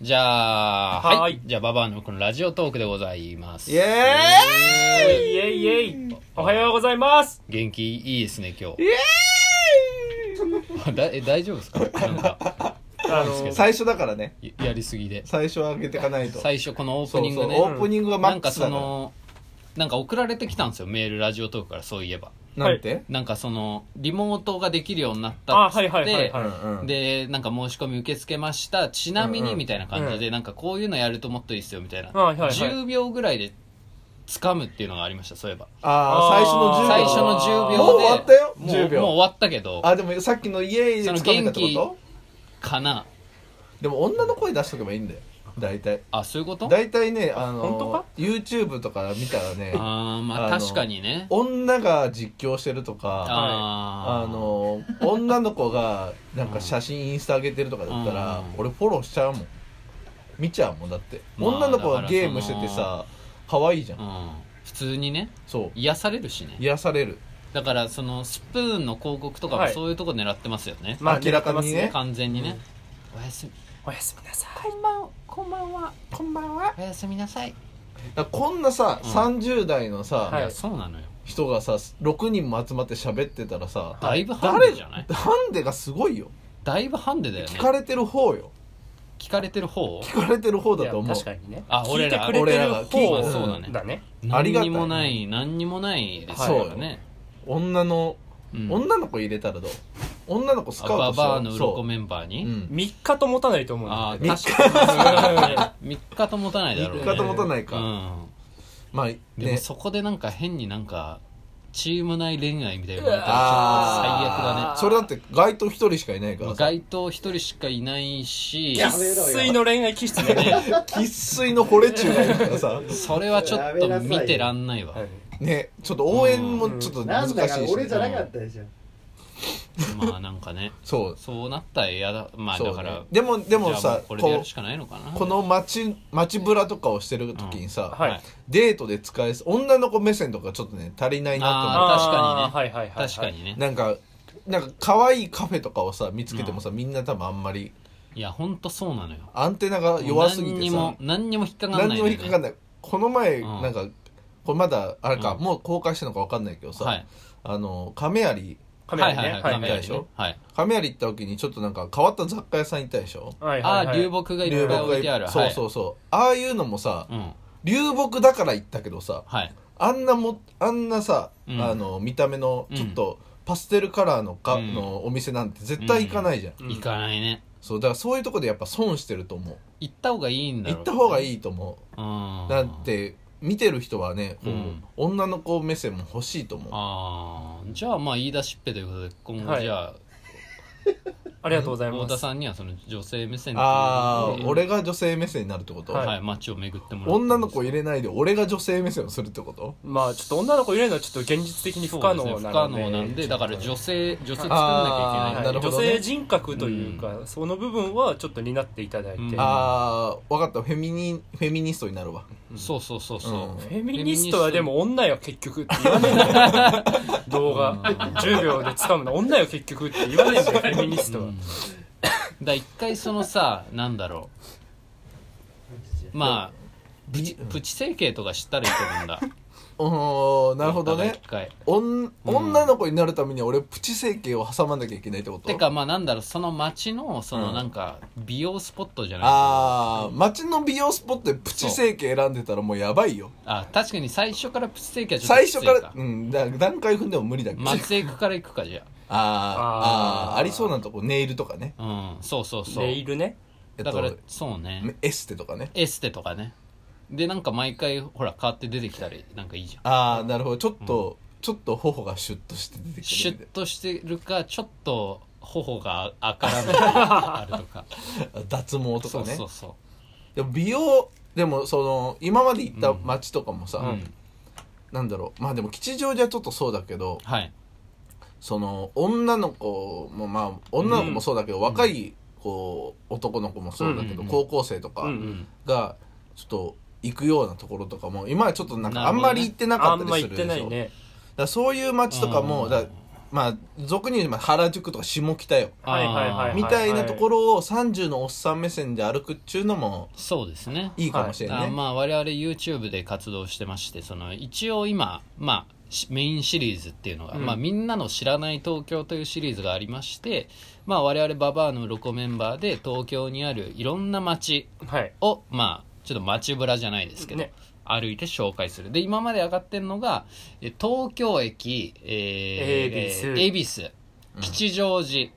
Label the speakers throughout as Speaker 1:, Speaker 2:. Speaker 1: じゃあ、
Speaker 2: はーい
Speaker 1: じゃあ、ババアのこのラジオトークでございます。
Speaker 3: イエー
Speaker 2: イエイイエイおはようございます
Speaker 1: 元気いいですね、今日。あ だえ大丈夫ですかなんか、
Speaker 2: あ
Speaker 1: そう
Speaker 2: の
Speaker 3: イ最初だからね
Speaker 1: ややりすぎで。
Speaker 3: 最初は上げていかないと
Speaker 1: 最初、このオープ
Speaker 3: そう
Speaker 1: ニン
Speaker 3: そう
Speaker 1: グね。
Speaker 3: オープニングがマ
Speaker 1: な
Speaker 3: ッ
Speaker 1: ん
Speaker 3: ク
Speaker 1: か
Speaker 3: ス
Speaker 1: そ
Speaker 3: だか
Speaker 1: の、なんか送られてきたんですよ、メール、ラジオトークから、そういえば。
Speaker 3: らなんて
Speaker 1: なんかその、リモートができるようになった
Speaker 2: あ
Speaker 1: っつっ
Speaker 2: は
Speaker 1: て、
Speaker 2: いはいはいは
Speaker 3: うんうん
Speaker 1: で、なんか申し込み受け付けました。ちなみ
Speaker 3: うんう
Speaker 1: に、
Speaker 3: ん
Speaker 1: みたいな感じで、
Speaker 2: う
Speaker 1: なんかこういうのやるともっといいですよ、みたいな。
Speaker 2: はいはいはい
Speaker 1: 10秒ぐらいで掴むっていうのがありました、そういえば。
Speaker 3: あ
Speaker 2: あー
Speaker 3: あ
Speaker 1: 最
Speaker 3: 最
Speaker 1: 初
Speaker 3: 初
Speaker 1: の
Speaker 3: の10
Speaker 1: 10秒で。
Speaker 3: 秒もう終わったよ
Speaker 1: もう
Speaker 3: 10秒
Speaker 1: もう終わったけど、
Speaker 3: あでもさっきのイエーイで掴めたっ
Speaker 1: そ
Speaker 3: てこ
Speaker 1: の元
Speaker 3: と
Speaker 1: かな。
Speaker 3: でも女の声出しとけばいいんだよ大体
Speaker 1: あ、そういうこと
Speaker 3: 大体ねあ
Speaker 2: 本当か
Speaker 3: の YouTube とか見たらね
Speaker 1: あー、まあ
Speaker 3: あの
Speaker 1: 確かにね。
Speaker 3: 女が実況してるとか
Speaker 1: あ
Speaker 3: あ
Speaker 1: ー
Speaker 3: の女の子がなんか写真インスタ上げてるとかだったら
Speaker 1: うん
Speaker 3: 俺フォローしちゃうもん見ちゃうもんだって
Speaker 1: まあ
Speaker 3: 女の子がゲームしてて
Speaker 1: だか
Speaker 3: さ可愛いじゃ
Speaker 1: うんん。普通にね、
Speaker 3: そう
Speaker 1: 癒されるしね。
Speaker 3: 癒される
Speaker 1: だから、その、スプーンの広告とかも
Speaker 2: はい
Speaker 1: そういうとこ狙ってますよね。
Speaker 2: まあ
Speaker 3: 明らかにね
Speaker 1: 完全にね。おやすみ。
Speaker 2: おやすみなさい
Speaker 1: こんばん、こんばんは。
Speaker 3: こんばんは
Speaker 1: おやすみなさい。
Speaker 3: だからこんなさ
Speaker 1: うん
Speaker 3: 30代の
Speaker 1: い
Speaker 3: さ
Speaker 2: は
Speaker 1: や、そうなのよ。
Speaker 3: 人がさ6人も集まって喋ってたらさ
Speaker 1: だいぶハン
Speaker 3: 誰
Speaker 1: デじ
Speaker 3: ハ
Speaker 1: ゃない
Speaker 3: ンデがすごいよ
Speaker 1: だいぶハンデだよね
Speaker 3: 聞かれてる方よ
Speaker 1: 聞かれてる方
Speaker 3: 聞かれてる方
Speaker 2: い
Speaker 3: だ
Speaker 2: や
Speaker 3: と思う
Speaker 2: 確かにね
Speaker 1: あ
Speaker 2: 聞
Speaker 1: 俺
Speaker 2: いて
Speaker 1: ら
Speaker 2: くれてる
Speaker 3: 俺らが聞い
Speaker 2: 方
Speaker 3: て
Speaker 1: そうだね
Speaker 2: だね
Speaker 3: あ
Speaker 1: 何
Speaker 3: りがた
Speaker 1: に
Speaker 3: い
Speaker 1: もない何にもないです
Speaker 3: は
Speaker 1: か
Speaker 3: い
Speaker 1: らね、
Speaker 3: 女の
Speaker 1: うん
Speaker 3: 女の子入れたらどう女の子ス
Speaker 1: あ
Speaker 3: カウ
Speaker 1: バ
Speaker 3: トしよう
Speaker 1: バアの鱗メンバー
Speaker 3: そう
Speaker 1: に、
Speaker 3: うん
Speaker 2: 3日と持たないと思うんだ
Speaker 1: あ
Speaker 2: よね
Speaker 1: 確かに3日と持たないだろうね
Speaker 3: 3日と持たないか
Speaker 1: うん
Speaker 3: まあ
Speaker 1: でも
Speaker 3: ね
Speaker 1: そこでなんか変になんかチーム内恋愛みたいなのが出たらちょっと最悪だ
Speaker 3: あ
Speaker 1: ね
Speaker 3: ーそれだって該当一人しかいないからさ
Speaker 1: 街頭一人しかいないし
Speaker 2: 生粋の恋愛気質だね
Speaker 3: 生粋の惚れ中がいるからさ
Speaker 1: それはちょっと見てらんないわ
Speaker 3: ねちょっと応援もちょっと
Speaker 4: な
Speaker 3: 難しい
Speaker 4: ん
Speaker 3: しね
Speaker 4: だから俺じゃなかったでしょ
Speaker 1: まあなんかね
Speaker 3: そう
Speaker 1: そうなったら嫌だまあ
Speaker 3: そう
Speaker 1: だ
Speaker 3: ね
Speaker 1: から
Speaker 3: でもでも
Speaker 1: じゃあ
Speaker 3: さ
Speaker 1: うこ
Speaker 3: こ
Speaker 1: れでやるし
Speaker 3: う
Speaker 1: かないのかな
Speaker 3: この街街ブラとかをしてる時にさ、
Speaker 2: うんはい
Speaker 3: デートで使えす女の子目線とかちょっとね足りないなと思
Speaker 1: あ
Speaker 3: っ
Speaker 2: あー
Speaker 1: 確
Speaker 2: はいはいはいはい
Speaker 1: 確かにね
Speaker 3: てなんかなんか可愛いカフェとかをさ見つけてもさ、みんな多分あんまり
Speaker 1: いやほんとそうなのよ
Speaker 3: アンテナが弱すぎ
Speaker 1: 何
Speaker 3: て
Speaker 1: に
Speaker 3: さ
Speaker 1: も何にも引っかかん
Speaker 3: 何
Speaker 1: ない
Speaker 3: に
Speaker 1: の
Speaker 3: も
Speaker 1: よね
Speaker 3: 引っかかんないこの前、
Speaker 1: うん
Speaker 3: なんかこれまだあれか、
Speaker 1: うん
Speaker 3: もう公開したのか分かんないけどさ、
Speaker 1: はい
Speaker 3: あの亀有
Speaker 2: カメラね
Speaker 1: はいはいはい
Speaker 2: は
Speaker 1: 亀有
Speaker 2: いは
Speaker 1: ね
Speaker 2: い
Speaker 3: でしょ
Speaker 1: はい
Speaker 3: 亀有行った時にちょっとなんか変わった雑貨屋さん行ったでしょ
Speaker 2: はい
Speaker 1: あ
Speaker 2: はい
Speaker 1: あ
Speaker 2: はい
Speaker 1: 流木がいっぱい置いてある
Speaker 3: 流木が
Speaker 1: はい
Speaker 3: そうそうそう、ああいうのもさ
Speaker 1: うん
Speaker 3: 流木だから行ったけどさ
Speaker 1: はい
Speaker 3: あんなもあんなさ、
Speaker 1: うん
Speaker 3: あの見た目のちょっとパステルカラーのか、
Speaker 1: うん
Speaker 3: のお店なんて絶対行かないじゃん、
Speaker 2: うん
Speaker 1: 行かないね
Speaker 3: そうだからそういうとこでやっぱ損してると思う
Speaker 1: 行った方がいいんだろ
Speaker 3: 行った方が
Speaker 1: い
Speaker 3: いいと思
Speaker 1: うん
Speaker 3: うだって見てる人はねこう、
Speaker 1: うん
Speaker 3: 女の子目線も欲しいと思う
Speaker 1: ああじゃあまあ言い出しっぺということで今後
Speaker 2: はい
Speaker 1: じゃ
Speaker 2: ありがとうござ
Speaker 1: あ
Speaker 2: いま
Speaker 1: 太
Speaker 2: す
Speaker 1: 田さんにはその女性目線
Speaker 3: あ
Speaker 1: ってい
Speaker 3: ー
Speaker 1: う
Speaker 3: 俺が女性目線になるってこと、
Speaker 2: はい
Speaker 1: はい街を巡ってもらう
Speaker 3: 女の子入れないで俺が女性目線をするってこと
Speaker 2: まあちょっと女の子入れるのはちょっと現実的に不可能な
Speaker 1: そ
Speaker 2: ので
Speaker 1: うですね不可能なんでだから女性女性作んなきゃいけ
Speaker 3: あ
Speaker 1: な
Speaker 3: ー
Speaker 1: い
Speaker 2: はい
Speaker 3: なるほど
Speaker 2: 女
Speaker 3: ね
Speaker 2: 性人格というか、その部分はちょっと担っていただいて、
Speaker 1: うん
Speaker 2: フ
Speaker 3: ああ分かったフェミニフェミニストになるわ
Speaker 1: そうそうそう
Speaker 3: う
Speaker 1: そ
Speaker 3: ん
Speaker 1: う
Speaker 2: ェミニストはでも女よ結局って言わねえんだ よ動画10秒で掴むの女よ結局って言わねえんだよフェミニストは、
Speaker 1: だから一回そのさなんだろうまあプチプチ整形とかしたらいいと思うんだ
Speaker 3: おーなるほど
Speaker 1: お互い
Speaker 3: ね
Speaker 1: 一回
Speaker 3: おん女の子になるためには俺プチ整形を挟まなきゃいけないってこと
Speaker 1: てかまあなんだろうその街のそのなんか美容スポットじゃない
Speaker 3: ああ街の美容スポットでプチ整形選んでたらもうやばいよ
Speaker 1: あ確かに最初からプチ整形はちょっと
Speaker 3: 最初か
Speaker 1: きつい
Speaker 3: らうんだ段階踏んでも無理だけど、あー
Speaker 1: 松江区から行くかじゃ
Speaker 3: あ
Speaker 2: あ
Speaker 3: ー
Speaker 2: ー
Speaker 3: ありそうなとこネイルとかね
Speaker 1: あうんそうそうそう
Speaker 2: ネイルね
Speaker 3: えっ
Speaker 1: だ
Speaker 3: と
Speaker 1: からそうね
Speaker 3: エステとかね
Speaker 1: エステとかねでなんか毎回ほら変わって出てきたりなんかいいじゃん
Speaker 3: ああなるほどちょっと、ちょっと頬がシュッとして出てくるみたいな
Speaker 1: シュッとしてるかちょっと頬があからめてあると か
Speaker 3: 脱毛と
Speaker 1: そ
Speaker 3: か
Speaker 1: う
Speaker 3: ね
Speaker 1: そうそ
Speaker 3: でも美容でもその今まで行った街とかもさ、
Speaker 1: ううん
Speaker 3: なんだろうまあでも吉祥寺はちょっとそうだけど
Speaker 1: はい
Speaker 3: その女の子もまあ女の子もそうだけど、若いこう男の子もそうだけ
Speaker 1: うんう
Speaker 3: ど、
Speaker 1: んうん
Speaker 3: 高校生とか
Speaker 2: うん
Speaker 3: がちょっと行くようなところとかも今はちょっとなんか
Speaker 1: な
Speaker 3: あ
Speaker 1: る
Speaker 3: ん
Speaker 1: ほどね
Speaker 3: まり行ってな
Speaker 2: あ
Speaker 3: か
Speaker 2: ん
Speaker 3: った
Speaker 2: ま
Speaker 3: り
Speaker 2: 行
Speaker 3: す
Speaker 2: っ
Speaker 3: る
Speaker 2: て
Speaker 3: でしょ
Speaker 2: ないね
Speaker 3: だからそういう街とかも、
Speaker 1: うん
Speaker 3: だからまあ俗に言うまあ原宿とか下北よ
Speaker 2: はいはいはい
Speaker 3: みたいなところを30のおっさん目線で歩くっちゅうのも
Speaker 1: そうですね
Speaker 3: いいかもしれん
Speaker 1: あ
Speaker 3: ね、
Speaker 1: まあ我々 YouTube で活動してましてその一応今、まあ、しメインシリーズっていうのが、
Speaker 2: うん
Speaker 1: まあ、みんなの知らない東京というシリーズがありまして、まあ、我々ババアのロコメンバーで東京にあるいろんな街
Speaker 2: はい
Speaker 1: を、まあ、ちょっと街ぶらじゃないですけど、
Speaker 2: ね
Speaker 1: 歩いて紹介するで今まで上がってるのがえ東京駅、え
Speaker 2: 恵比寿
Speaker 1: ーえー恵比寿
Speaker 3: うん
Speaker 1: 吉祥寺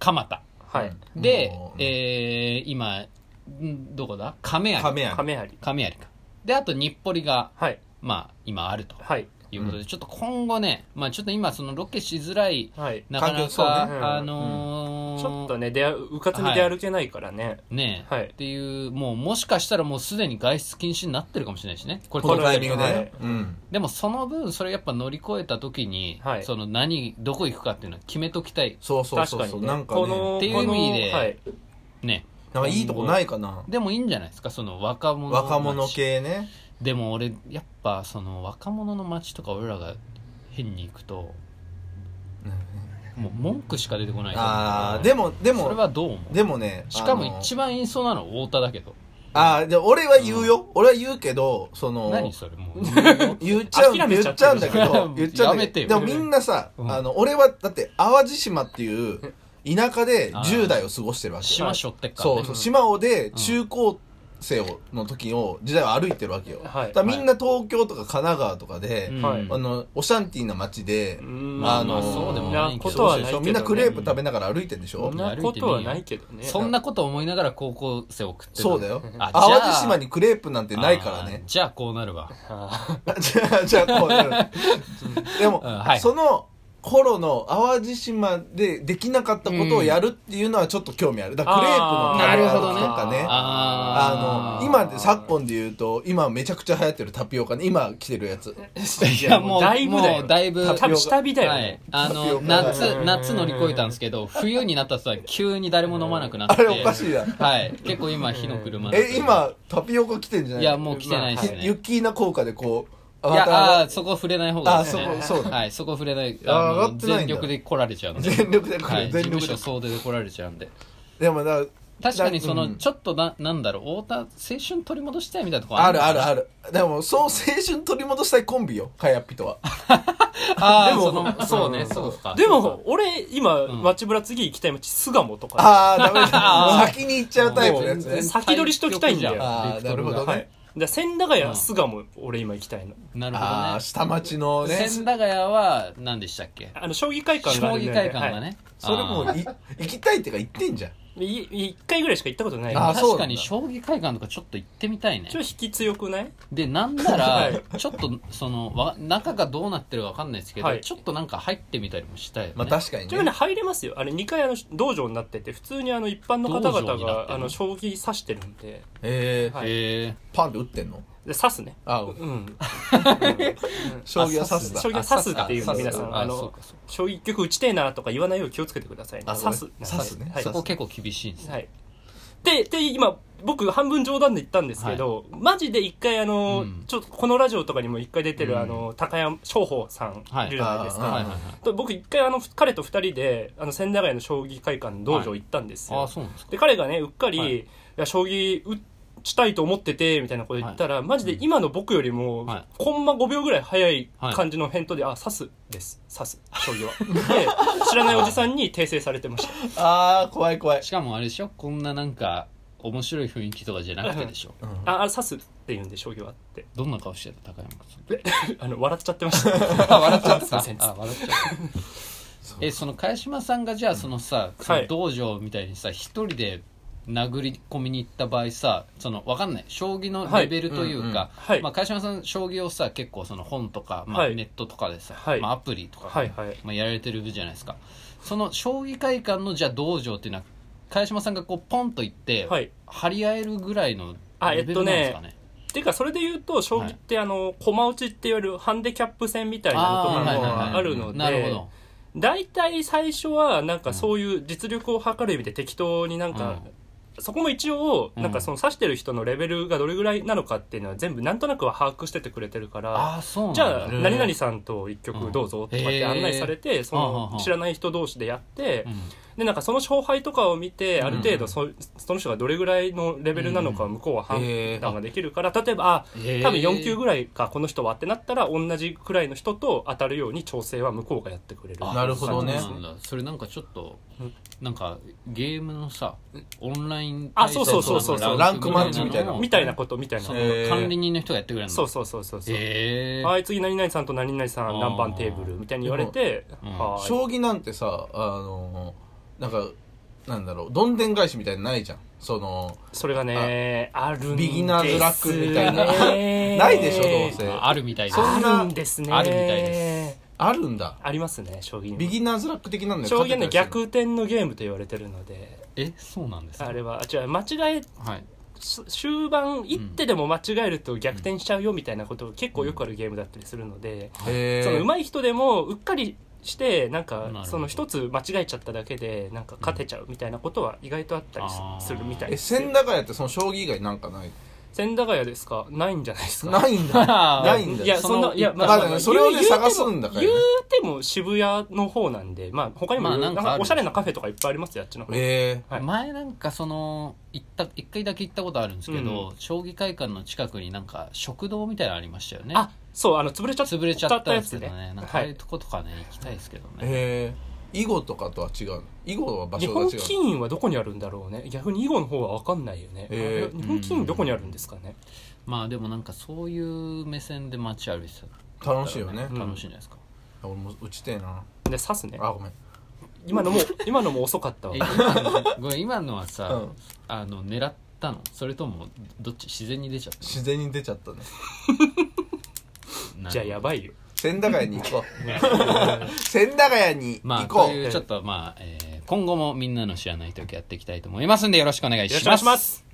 Speaker 1: 蒲田
Speaker 2: はい
Speaker 1: で
Speaker 3: も、う
Speaker 1: えー今んどこだ亀有
Speaker 3: 亀や
Speaker 2: 亀有
Speaker 1: 亀有かであと日暮里が
Speaker 2: はい
Speaker 1: まあ今あると
Speaker 2: はい
Speaker 1: いうことで、ちょっと今後ね、まあ、ちょっと今そのロケしづらい
Speaker 2: はい
Speaker 1: なかな
Speaker 3: 環境そうね
Speaker 1: か、
Speaker 2: うん
Speaker 1: あのー
Speaker 2: ちょっとね出歩うかつに出歩けないからね
Speaker 1: ねえ、
Speaker 2: はい
Speaker 1: っていうもうもしかしたらもうすでに外出禁止になってるかもしれないしねこれ
Speaker 3: このタイミングで、
Speaker 2: はい
Speaker 3: うん
Speaker 1: でもその分それやっぱ乗り越えた時に、
Speaker 2: はい
Speaker 1: その何どこ行くかっていうのは決めときたい
Speaker 3: そうそう
Speaker 2: 確
Speaker 3: そ
Speaker 2: か
Speaker 3: うそう、
Speaker 2: にね
Speaker 3: なんか
Speaker 2: こ
Speaker 3: ね
Speaker 2: の
Speaker 1: っていう意味で
Speaker 2: このはい
Speaker 1: ね
Speaker 3: なんかいいとこないかな
Speaker 1: でもいいんじゃないですかその若者の街
Speaker 3: 若者系ね
Speaker 1: でも俺やっぱその若者の街とか俺らが変に行くともう文句しか出てこないと思う
Speaker 3: ああでもで
Speaker 1: それ
Speaker 3: も
Speaker 1: はどう思う
Speaker 3: でもね
Speaker 1: しかも
Speaker 3: あの
Speaker 1: 一番言いそうなの太田だけど
Speaker 3: あーじゃあ俺は言うよ、俺は言うけどその
Speaker 1: 何それもう
Speaker 3: 言っちゃう
Speaker 2: 諦めちゃっ
Speaker 3: 言ってち
Speaker 2: る
Speaker 3: ゃうんだけど言っちゃうんだけどで
Speaker 1: や
Speaker 3: も
Speaker 1: めて
Speaker 3: み
Speaker 1: よ
Speaker 3: んなさ、
Speaker 1: うん
Speaker 3: あの俺はだって淡路島っていう田舎で10代を過ごしてるわけよ
Speaker 1: 島しょってっからね
Speaker 3: そうそう島尾で中高生をの時を時代を歩いてるわけよ、
Speaker 2: はい
Speaker 3: だからみんな東京とか神奈川とかで、
Speaker 1: うん
Speaker 2: はい
Speaker 3: あのオシャンティーな街で、
Speaker 2: うん
Speaker 1: まあ
Speaker 3: あのー
Speaker 1: そうでもないけど
Speaker 2: ことはないけ
Speaker 3: そ
Speaker 2: ど
Speaker 3: う
Speaker 2: ね
Speaker 3: みんなクレープ食べながら歩いてるんでしょ、
Speaker 2: そんなことはないけどね
Speaker 1: そんなこと思いながら高校生送ってた
Speaker 3: そうだよ
Speaker 1: あじゃあ
Speaker 3: 淡路島にクレープなんてないからね
Speaker 1: あーじゃあこうな るわ
Speaker 2: あ
Speaker 3: じゃ あ、じゃあ、こうなる。でも、
Speaker 1: うんはい
Speaker 3: その頃の淡路島でできなかったことをやるっていうのはちょっと興味ある。だからクレ
Speaker 2: あー
Speaker 3: ープの食べ歩きと
Speaker 2: なるほ
Speaker 3: か
Speaker 2: どね
Speaker 3: ね。
Speaker 1: あ
Speaker 3: あの、
Speaker 1: ー
Speaker 3: 今で、昨今で言うと、今めちゃくちゃ流行ってるタピオカね。今来てるやつ。
Speaker 2: ー
Speaker 1: いやもう
Speaker 2: だいぶだ
Speaker 1: も
Speaker 2: よ
Speaker 1: うだいぶ
Speaker 2: 多分下火だよ、
Speaker 1: はい、あ
Speaker 3: タピオ
Speaker 1: の
Speaker 3: カ
Speaker 1: 夏
Speaker 2: うん
Speaker 1: 夏乗り越えたんですけど冬になったら急に誰も飲まなくなっ
Speaker 3: あ
Speaker 1: て
Speaker 3: れおかしいな。
Speaker 1: はい結構今火の車だった
Speaker 3: え、今、タピオカ来てんじゃない
Speaker 1: いやもう来てないですね
Speaker 3: ユッキーナ効果でこう、
Speaker 1: い
Speaker 3: 上が
Speaker 1: や
Speaker 3: った
Speaker 1: ああーそこ触れない方がいいですね
Speaker 3: あーそこそうだ
Speaker 1: はいそこ触れない
Speaker 3: あー
Speaker 1: あ
Speaker 3: 上が
Speaker 1: の
Speaker 3: ってない
Speaker 1: 全
Speaker 3: んだ
Speaker 1: 力で来られちゃうんで
Speaker 3: 全力で来る
Speaker 1: はい、事
Speaker 3: 全力
Speaker 1: 務所
Speaker 3: で
Speaker 1: 総出で来られちゃうんで
Speaker 3: でもだ、
Speaker 1: 確かにその、
Speaker 3: うん
Speaker 1: ちょっとななんだろう太田青春取り戻したいみたいなとこ
Speaker 3: あるある
Speaker 1: る
Speaker 3: ある。でも、そう青春取り戻したいコンビよ。かやっぴとは。
Speaker 1: あ
Speaker 2: で
Speaker 1: で
Speaker 2: も
Speaker 1: もそのそう
Speaker 2: う
Speaker 1: ね
Speaker 2: ん
Speaker 1: そうか
Speaker 2: で
Speaker 1: そう
Speaker 2: も
Speaker 1: か
Speaker 2: 俺今
Speaker 1: うん
Speaker 2: 街ぶら次行きたい街巣鴨とか
Speaker 3: ああ、ダメ だ。先に行っちゃうタイプのやつ
Speaker 1: もう
Speaker 3: ね
Speaker 1: 全。
Speaker 2: 先取りしときたいんだよ
Speaker 3: ああ、なるほど
Speaker 2: は
Speaker 3: ね
Speaker 2: い。で千駄ヶ
Speaker 1: う
Speaker 2: 谷
Speaker 1: ん
Speaker 2: 巣鴨俺今行きたいの
Speaker 1: なるほ
Speaker 3: ああ、下町の
Speaker 1: どね
Speaker 3: ね。
Speaker 1: 千駄ヶ谷は何でしたっけ
Speaker 2: あの将棋会館が
Speaker 1: 将
Speaker 2: あるん
Speaker 1: 棋
Speaker 2: だよ
Speaker 1: 会館がね、
Speaker 3: それも
Speaker 1: あー
Speaker 3: うい行きたいってか行ってんじゃん。
Speaker 2: い一回ぐらいしか行ったことない
Speaker 3: あーそう
Speaker 1: 確か
Speaker 3: なんだ
Speaker 1: に将棋会館とかちょっと行ってみたいね
Speaker 2: ちょ引き強くない
Speaker 1: でなんな
Speaker 2: は
Speaker 1: ら
Speaker 2: い
Speaker 1: ちょっとそのわ中がどうなってるか分かんないですけど、
Speaker 2: はい
Speaker 1: ちょっとなんか入ってみたりもしたいよね、
Speaker 3: まあ確かに
Speaker 2: ちなみに
Speaker 3: ね。
Speaker 2: 入れますよあれ2階あの道場になってて普通にあの一般の方
Speaker 1: 道場
Speaker 2: 々
Speaker 1: になってん
Speaker 2: が
Speaker 1: の
Speaker 2: あの将棋指してるんで
Speaker 3: えー
Speaker 2: はい
Speaker 1: へえ
Speaker 3: パンって打ってんの
Speaker 2: で指すね
Speaker 3: あ
Speaker 2: うん
Speaker 3: 将棋は指すだ。
Speaker 2: 将棋は指すっていうの皆さん
Speaker 1: あ
Speaker 2: あ
Speaker 1: そう
Speaker 2: の
Speaker 1: かそうか
Speaker 2: 将棋一局打ちてえなとか言わないように気をつけてくださいね
Speaker 3: あ
Speaker 2: 指す
Speaker 3: ごめん指すね
Speaker 2: はい
Speaker 1: そこ結構厳しいんですね
Speaker 2: はい。で、で、今、僕、半分冗談で言ったんですけど、マジで一回、あ
Speaker 1: う
Speaker 2: の、
Speaker 1: ん
Speaker 2: ちょっと、このラジオとかにも一回出てる、
Speaker 1: うん
Speaker 2: あの、高山翔鵬さん、
Speaker 1: はい
Speaker 2: いるじゃないです
Speaker 3: あ
Speaker 2: か。
Speaker 1: はいはいはい
Speaker 2: と僕、一回、あの、彼と二人で、あの、千駄ヶ谷の将棋会館の道場行ったんですよ。
Speaker 1: ああそうなんですか
Speaker 2: で、彼がね、うっかり、
Speaker 1: はい
Speaker 2: い、や、将棋打ちたいと思ってて、みたいなこと言ったら、マジで今の僕よりも、
Speaker 1: はい
Speaker 2: コンマ5秒ぐらい早い
Speaker 1: はい
Speaker 2: 感じの返答で、あ、刺すです。刺す。将棋は。で、知らないおじさんに訂正されてました。
Speaker 3: ああ、怖い怖い。
Speaker 1: しかもあれでしょこんななんか面白い雰囲気とかじゃなくてでしょ
Speaker 3: うん
Speaker 2: あ、あ、刺すって言うんで、将棋はって。
Speaker 1: どんな顔してた高山さん
Speaker 2: あの笑っちゃってました。
Speaker 1: あ 笑っちゃった
Speaker 2: すいません
Speaker 1: あ笑っちゃったえその茅島さんがじゃあそのさ、その道場みたいにさ一人で殴り込みに行った場合さそのわかんない将棋のレベルというか、
Speaker 2: はいうんうんはい
Speaker 1: まあ、茅島さん将棋をさ結構その本とか、まあ、
Speaker 2: はい
Speaker 1: ネットとかでさ、
Speaker 2: はい
Speaker 1: まあ、アプリとか、
Speaker 2: はいはい。
Speaker 1: まあ、やられてるじゃないですかその将棋会館のじゃあ道場っていうのは茅島さんがこうポンと行って、
Speaker 2: はい
Speaker 1: 張り合えるぐらいの
Speaker 2: あ
Speaker 1: レベルなんですかね,、
Speaker 2: ていうか、それで言うと、将棋って、あの、駒落ちって言われるハンデキャップ戦みたいなのとか
Speaker 1: あーはいはいはい
Speaker 2: もあるの
Speaker 1: なるほ
Speaker 2: で
Speaker 1: ど、
Speaker 2: 大体最初は、なんかそういう実力を測る意味で適当になんか、そこも一応なんかその指してる人のレベルがどれぐらいなのかっていうのは全部なんとなくは把握しててくれてるから
Speaker 1: ああそうなん
Speaker 2: じゃあ
Speaker 1: だ
Speaker 3: うん
Speaker 2: 何々さんと一曲どうぞとかっ
Speaker 1: うんへ
Speaker 2: て
Speaker 1: ー
Speaker 2: 案内されてそ
Speaker 1: はあは
Speaker 2: の
Speaker 1: あ
Speaker 2: 知らない人同士でやって
Speaker 1: うん
Speaker 2: でなんかその勝敗とかを見てある程
Speaker 3: う
Speaker 2: 度
Speaker 3: ん
Speaker 2: そその人がどれぐらいのレベルなのか
Speaker 1: う
Speaker 2: 向こうは判
Speaker 3: へー
Speaker 2: 断ができるから例えばあ
Speaker 1: へー
Speaker 2: 多分4級ぐらいかこの人はってなったら同じくらいの人と当たるように調整は向こうがやってくれる
Speaker 1: あ
Speaker 3: なるほどね
Speaker 1: そうなんだそれなんかちょっと
Speaker 2: うん
Speaker 1: なんかゲームのさオンライン
Speaker 2: あそうそうそうそう
Speaker 1: 対戦の
Speaker 3: ランクマッチみたいな
Speaker 1: のを
Speaker 2: みたいなことみたいな
Speaker 1: その
Speaker 3: へー
Speaker 1: 管理人の人がやってくれるの
Speaker 2: そうそうそうそうそう
Speaker 1: へえ
Speaker 2: はい、次何々さんと何々さ
Speaker 1: あー
Speaker 2: ん何番テーブルみたいに言われて、
Speaker 1: うん
Speaker 2: はーい
Speaker 3: 将棋なんてさあのなんかなんだろうどんでん返しみたいなのないじゃんその
Speaker 2: それがねあるんですね
Speaker 3: ビギナーズラックみたいなないでしょどうせ
Speaker 1: あるみたいな
Speaker 3: そん
Speaker 2: あ
Speaker 3: な
Speaker 2: るんですね
Speaker 1: あるみたいで
Speaker 3: あるんだ
Speaker 2: ありますね将棋にも
Speaker 3: ビギナーズラック的なんだよ
Speaker 2: 将棋はね逆転のゲームと言われてるので
Speaker 1: えそうなんですか
Speaker 2: あれは違う間違え
Speaker 1: はい
Speaker 2: す終盤一手でも間違えると逆転しちゃうよみたいなことが結構よくあるゲームだったりするので、その
Speaker 3: う
Speaker 2: 上手い人でもうっかりしてなん
Speaker 1: な
Speaker 2: か
Speaker 1: るほど
Speaker 2: その一つ間違えちゃっただけでなんか勝てちゃうみたいなことは意外とあったりす
Speaker 1: あー
Speaker 2: するみたい
Speaker 3: え
Speaker 2: ですよ
Speaker 3: 千駄ヶ谷ってその将棋以外なんかない
Speaker 2: 千駄ヶ谷ですかないんじゃないですか
Speaker 3: ないん だないんだ
Speaker 2: いやそんないや
Speaker 1: ま
Speaker 3: ま
Speaker 1: あ
Speaker 3: あ
Speaker 1: ま
Speaker 3: ま
Speaker 1: あ
Speaker 3: あ
Speaker 1: まあ
Speaker 3: それをね
Speaker 2: 言う言うても
Speaker 3: 探すんだからね
Speaker 2: 言うても渋谷の方なんでまあ他にも、
Speaker 1: まあな
Speaker 2: なんん
Speaker 1: かあ
Speaker 2: か
Speaker 1: る
Speaker 2: おしゃれなカフェとかいっぱいありますよあっちの方
Speaker 3: え
Speaker 2: はい
Speaker 1: 前なんかその行った一回だけ行ったことあるんですけど、将棋会館の近くになんか食堂みたいなのありましたよね
Speaker 2: あそうあの潰れちゃった
Speaker 1: 潰れちゃったやつ
Speaker 2: や
Speaker 1: で
Speaker 2: つ
Speaker 1: ね
Speaker 2: ね
Speaker 1: なんかあ
Speaker 2: は
Speaker 1: あいう
Speaker 2: い
Speaker 1: とことかね行きたいですけどね、
Speaker 3: ええ囲碁とかとは違うの囲碁は場
Speaker 2: 日
Speaker 3: 所が違う
Speaker 2: 本棋院はどこにあるんだろうね逆に囲碁の方は分かんないよね、
Speaker 3: え
Speaker 2: あ
Speaker 3: ー
Speaker 2: れ日本棋院どこにあるんですかね、
Speaker 1: まあでもなんかそういう目線で街歩いてた
Speaker 3: の楽しいよね
Speaker 2: うん
Speaker 1: 楽しいじゃないですか、
Speaker 3: 俺も打ちてえな
Speaker 2: で刺すね
Speaker 3: あごめん
Speaker 2: 今のも今のも遅かったわ
Speaker 1: え今のごめん今のはさ、
Speaker 3: うん
Speaker 1: あの狙ったのそれともどっち自然に出ちゃった
Speaker 3: 自然に出ちゃったね
Speaker 1: の
Speaker 2: じゃあやばいよ
Speaker 3: 千駄ヶ谷に行こ う千駄ヶ谷に
Speaker 1: まあ
Speaker 3: 行こ
Speaker 1: と
Speaker 3: う
Speaker 1: いうちょっとまあ、えー今後もみんなの知らない時やっていきたいと思いますんでよろしくお願い
Speaker 2: よろし
Speaker 1: し
Speaker 2: くお願
Speaker 1: ま
Speaker 2: い
Speaker 1: す
Speaker 2: します